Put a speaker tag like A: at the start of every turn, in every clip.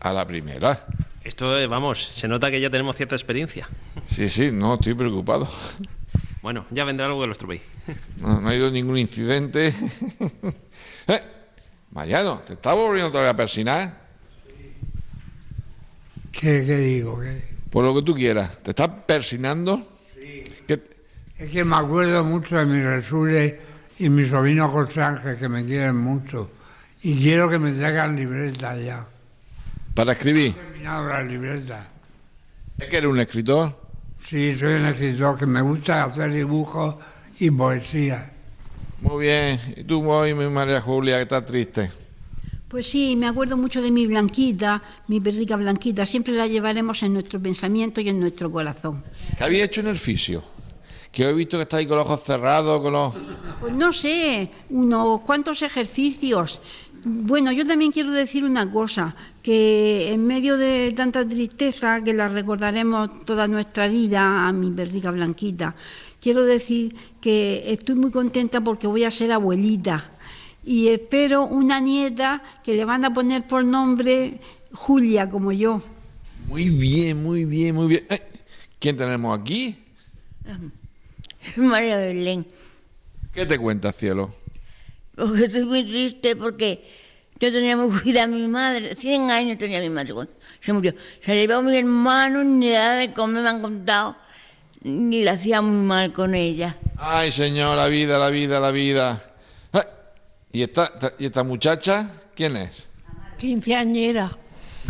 A: a la primera.
B: Esto, eh, vamos, se nota que ya tenemos cierta experiencia.
A: Sí, sí, no, estoy preocupado.
B: Bueno, ya vendrá algo de nuestro país.
A: No, no ha ido ningún incidente. Eh, Mariano, ¿te estás volviendo otra vez a persinar?
C: ¿Qué, qué digo? ¿Qué?
A: Por lo que tú quieras. ¿Te estás persinando? Sí.
C: Es que me acuerdo mucho de mis resules y mi sobrino José Ángel, que me quieren mucho. Y quiero que me traigan libreta ya.
A: para escribir.
C: Terminado la libreta.
A: Es que eres un escritor.
C: Sí, soy un escritor que me gusta hacer dibujos y poesía.
A: Muy bien. ¿Y tú, hoy, mi María Julia, que estás triste?
D: Pues sí, me acuerdo mucho de mi Blanquita, mi perrica Blanquita. Siempre la llevaremos en nuestro pensamiento y en nuestro corazón.
A: ¿Qué habéis hecho en el fisio? Que he visto que estáis con los ojos cerrados, con los...
D: Pues no sé, unos cuantos ejercicios. Bueno, yo también quiero decir una cosa, que en medio de tanta tristeza que la recordaremos toda nuestra vida a mi perrica Blanquita, quiero decir que estoy muy contenta porque voy a ser abuelita y espero una nieta que le van a poner por nombre Julia, como yo.
A: Muy bien, muy bien, muy bien. Eh, ¿Quién tenemos aquí?
E: María Belén,
A: ¿Qué te cuentas, cielo?
E: porque estoy muy triste porque yo tenía muy cuidado a mi madre, 100 años tenía mi madre cuando se murió. Se le llevó mi hermano, ni le daba de comer, me han contado, y la hacía muy mal con ella.
A: Ay, señor, la vida, la vida, la vida. Ah, ¿Y esta, esta- y esta muchacha? ¿Quién es?
F: Quinceañera.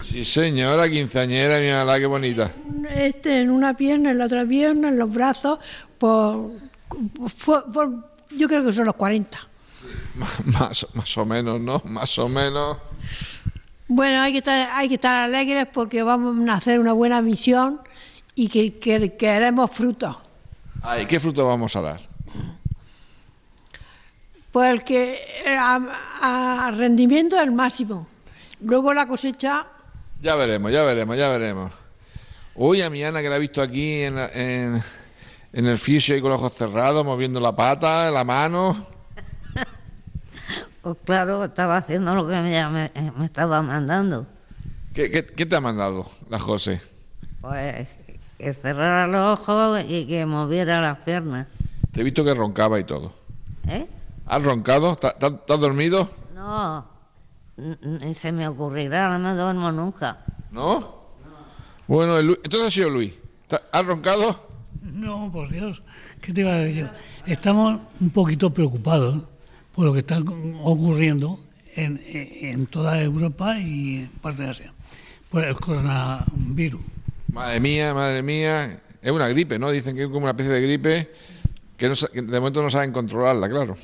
A: Sí, señora, quinceañera, mira la qué bonita.
F: Este en una pierna, en la otra pierna, en los brazos, por, fue- por- yo creo que son los 40.
A: Más, más o menos, ¿no? Más o menos.
F: Bueno, hay que estar, hay que estar alegres porque vamos a hacer una buena misión y que, que queremos frutos.
A: Ay, ¿qué fruto vamos a dar?
F: Porque a, a rendimiento es el máximo. Luego la cosecha,
A: Ya veremos, ya veremos, ya veremos. Hoy a mi Ana, que la he visto aquí en, la- en- en el fisio y con los ojos cerrados, moviendo la pata, la mano.
G: Pues claro, estaba haciendo lo que me, me- me estaba mandando.
A: ¿Qué, qué, qué te ha mandado la José?
G: Pues que cerrara los ojos y que moviera las piernas.
A: Te he visto que roncaba y todo.
G: ¿Eh?
A: ¿Has roncado? ¿Estás dormido?
G: No, n- ni se me ocurrirá, no me duermo nunca.
A: ¿No? Bueno, el Lu- entonces ha sido Luis. ¿Está- ¿Has roncado?
H: No, por Dios, ¿qué te iba a decir? Estamos un poquito preocupados por lo que está ocurriendo en, en toda Europa y en parte de Asia, por el coronavirus.
A: Madre mía, madre mía. Es una gripe, ¿no? Dicen que es como una especie de gripe que, no sa- que de momento no saben controlarla, claro.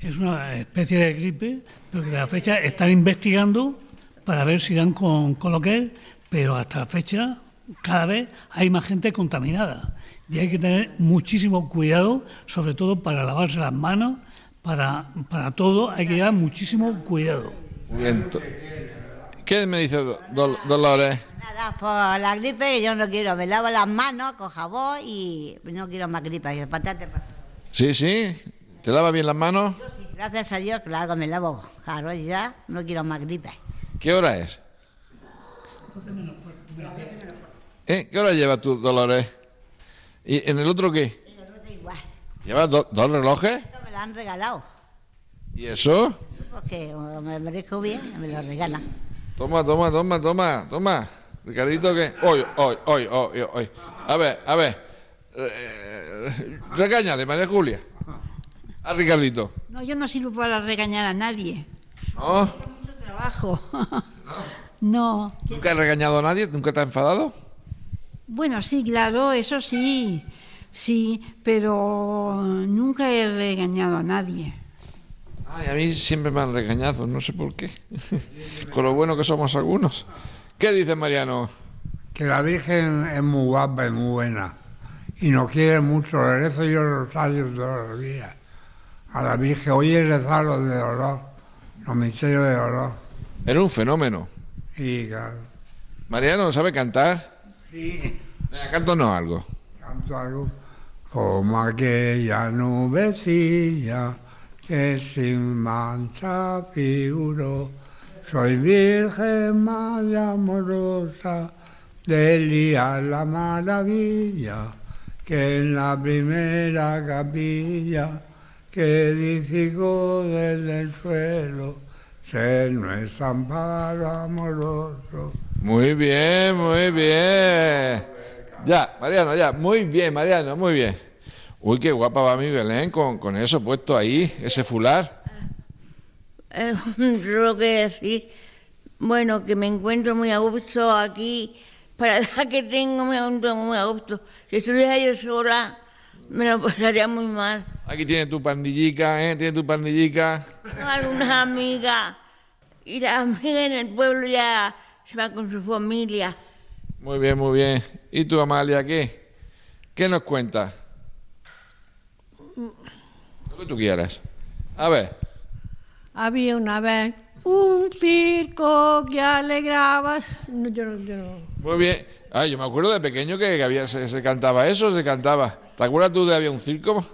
H: Es una especie de gripe, pero que a la fecha están investigando para ver si dan con, con lo que es, pero hasta la fecha cada vez hay más gente contaminada y hay que tener muchísimo cuidado, sobre todo para lavarse las manos, para, para todo hay que llevar muchísimo cuidado.
A: Muy bien. to- ¿Qué me dice Do- Dol- Dolores?
I: Nada, por la gripe yo no quiero. Me lavo las manos con jabón y no quiero más gripe. Y patata pasa.
A: Sí, sí. ¿Te lavas bien las manos?
I: Sí, Gracias a Dios, claro, me lavo. Claro, ya no quiero más gripe.
A: ¿Qué hora es? ¿Eh? ¿Qué hora llevas tú, Dolores? ¿Y en el otro qué?
I: Pero no da igual.
A: ¿Llevas do- dos relojes?
I: Esto me lo han regalado.
A: ¿Y eso?
I: Porque eh, me merezco bien, me lo regalan.
A: Toma, toma, toma, toma, toma. Ricardito, que. Hoy, hoy, hoy, hoy, hoy. A ver, a ver. Eh, regáñale, María Julia. A Ricardito.
D: No, yo no sirvo para regañar a nadie.
A: ¿No?
D: Mucho trabajo. No.
A: ¿Nunca has regañado a nadie? ¿Nunca te has enfadado?
D: Bueno, sí, claro, eso sí. Sí, pero nunca he regañado a nadie.
A: Ay, a mí siempre me han regañado, no sé por qué. Con lo bueno que somos algunos. ¿Qué dice Mariano?
C: Que la Virgen es muy guapa y muy buena y nos quiere mucho. Le rezo yo rosarios todos los días a la Virgen. Hoy he rezado de dolor, los misterios de dolor.
A: Era un fenómeno.
C: Y claro,
A: Mariano, ¿sabe cantar?
C: Sí.
A: Venga, cántanos algo.
C: canto algo como aquella nubecilla que sin mancha figuró. Soy virgen madre amorosa del día la maravilla que en la primera capilla que edificó desde el suelo se nuestro amparo amoroso.
A: Muy bien, muy bien. Ya, Mariano, ya. Muy bien, Mariano, muy bien. Uy, qué guapa va mi Belén con, con eso puesto ahí, ese fular.
E: Eh, solo que decir, bueno, que me encuentro muy a gusto aquí, para la edad que tengo me encuentro muy a gusto. Si estuviera yo sola, me lo pasaría muy mal.
A: Aquí tiene tu pandillica, ¿eh? Tiene tu pandillica.
E: Tengo algunas amigas, y las amigas en el pueblo ya se van con su familia.
A: Muy bien, muy bien. ¿Y tú, Amalia, qué? ¿Qué nos cuentas? Lo que tú quieras. A ver,
F: Había una vez un circo que alegraba. No, yo no, yo no.
A: muy bien. Ay, yo me acuerdo de pequeño que, que había, se, se cantaba eso, se cantaba. ¿Te acuerdas tú de había un circo?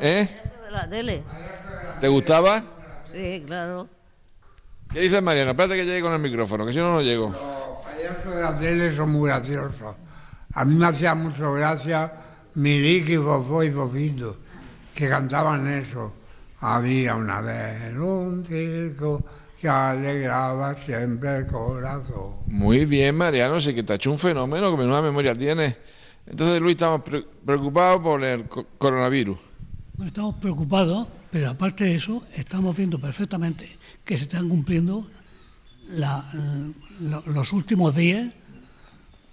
A: ¿Eh?
G: De la tele.
A: ¿Te gustaba?
G: Sí, claro.
A: ¿Qué dices, Mariano? Espérate que llegue con el micrófono, que si no, no llego.
C: payasos de la tele son muy graciosos. A mí me hacía mucho gracia Miliki, Fofó y Fofito, que cantaban eso. Había una vez un circo que alegraba siempre el corazón.
A: Muy bien, Mariano, sí que te ha hecho un fenómeno, que menuda memoria tienes. Entonces, Luis, estamos pre- preocupados por el co- coronavirus.
H: Bueno, estamos preocupados, pero aparte de eso, estamos viendo perfectamente que se están cumpliendo la- lo- los últimos días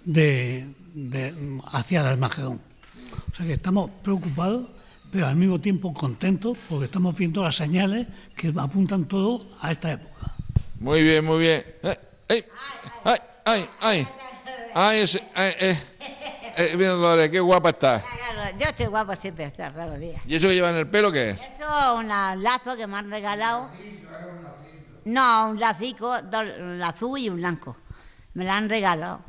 H: de, de- hacia el Almagedón. O sea que estamos preocupados, pero al mismo tiempo contentos porque estamos viendo las señales que apuntan todo a esta época.
A: Muy bien, muy bien. ¡Ay, ay, ay, ay! ¡Ay, ay ese, ay, eh. Eh, mira, Lore, qué guapa está.
I: Claro, Yo estoy guapa siempre, hasta todos los días.
A: ¿Y eso que lleva en el pelo qué es?
I: Eso es un lazo que me han regalado. No, un lacico, dos- un azul y un blanco. Me lo han regalado.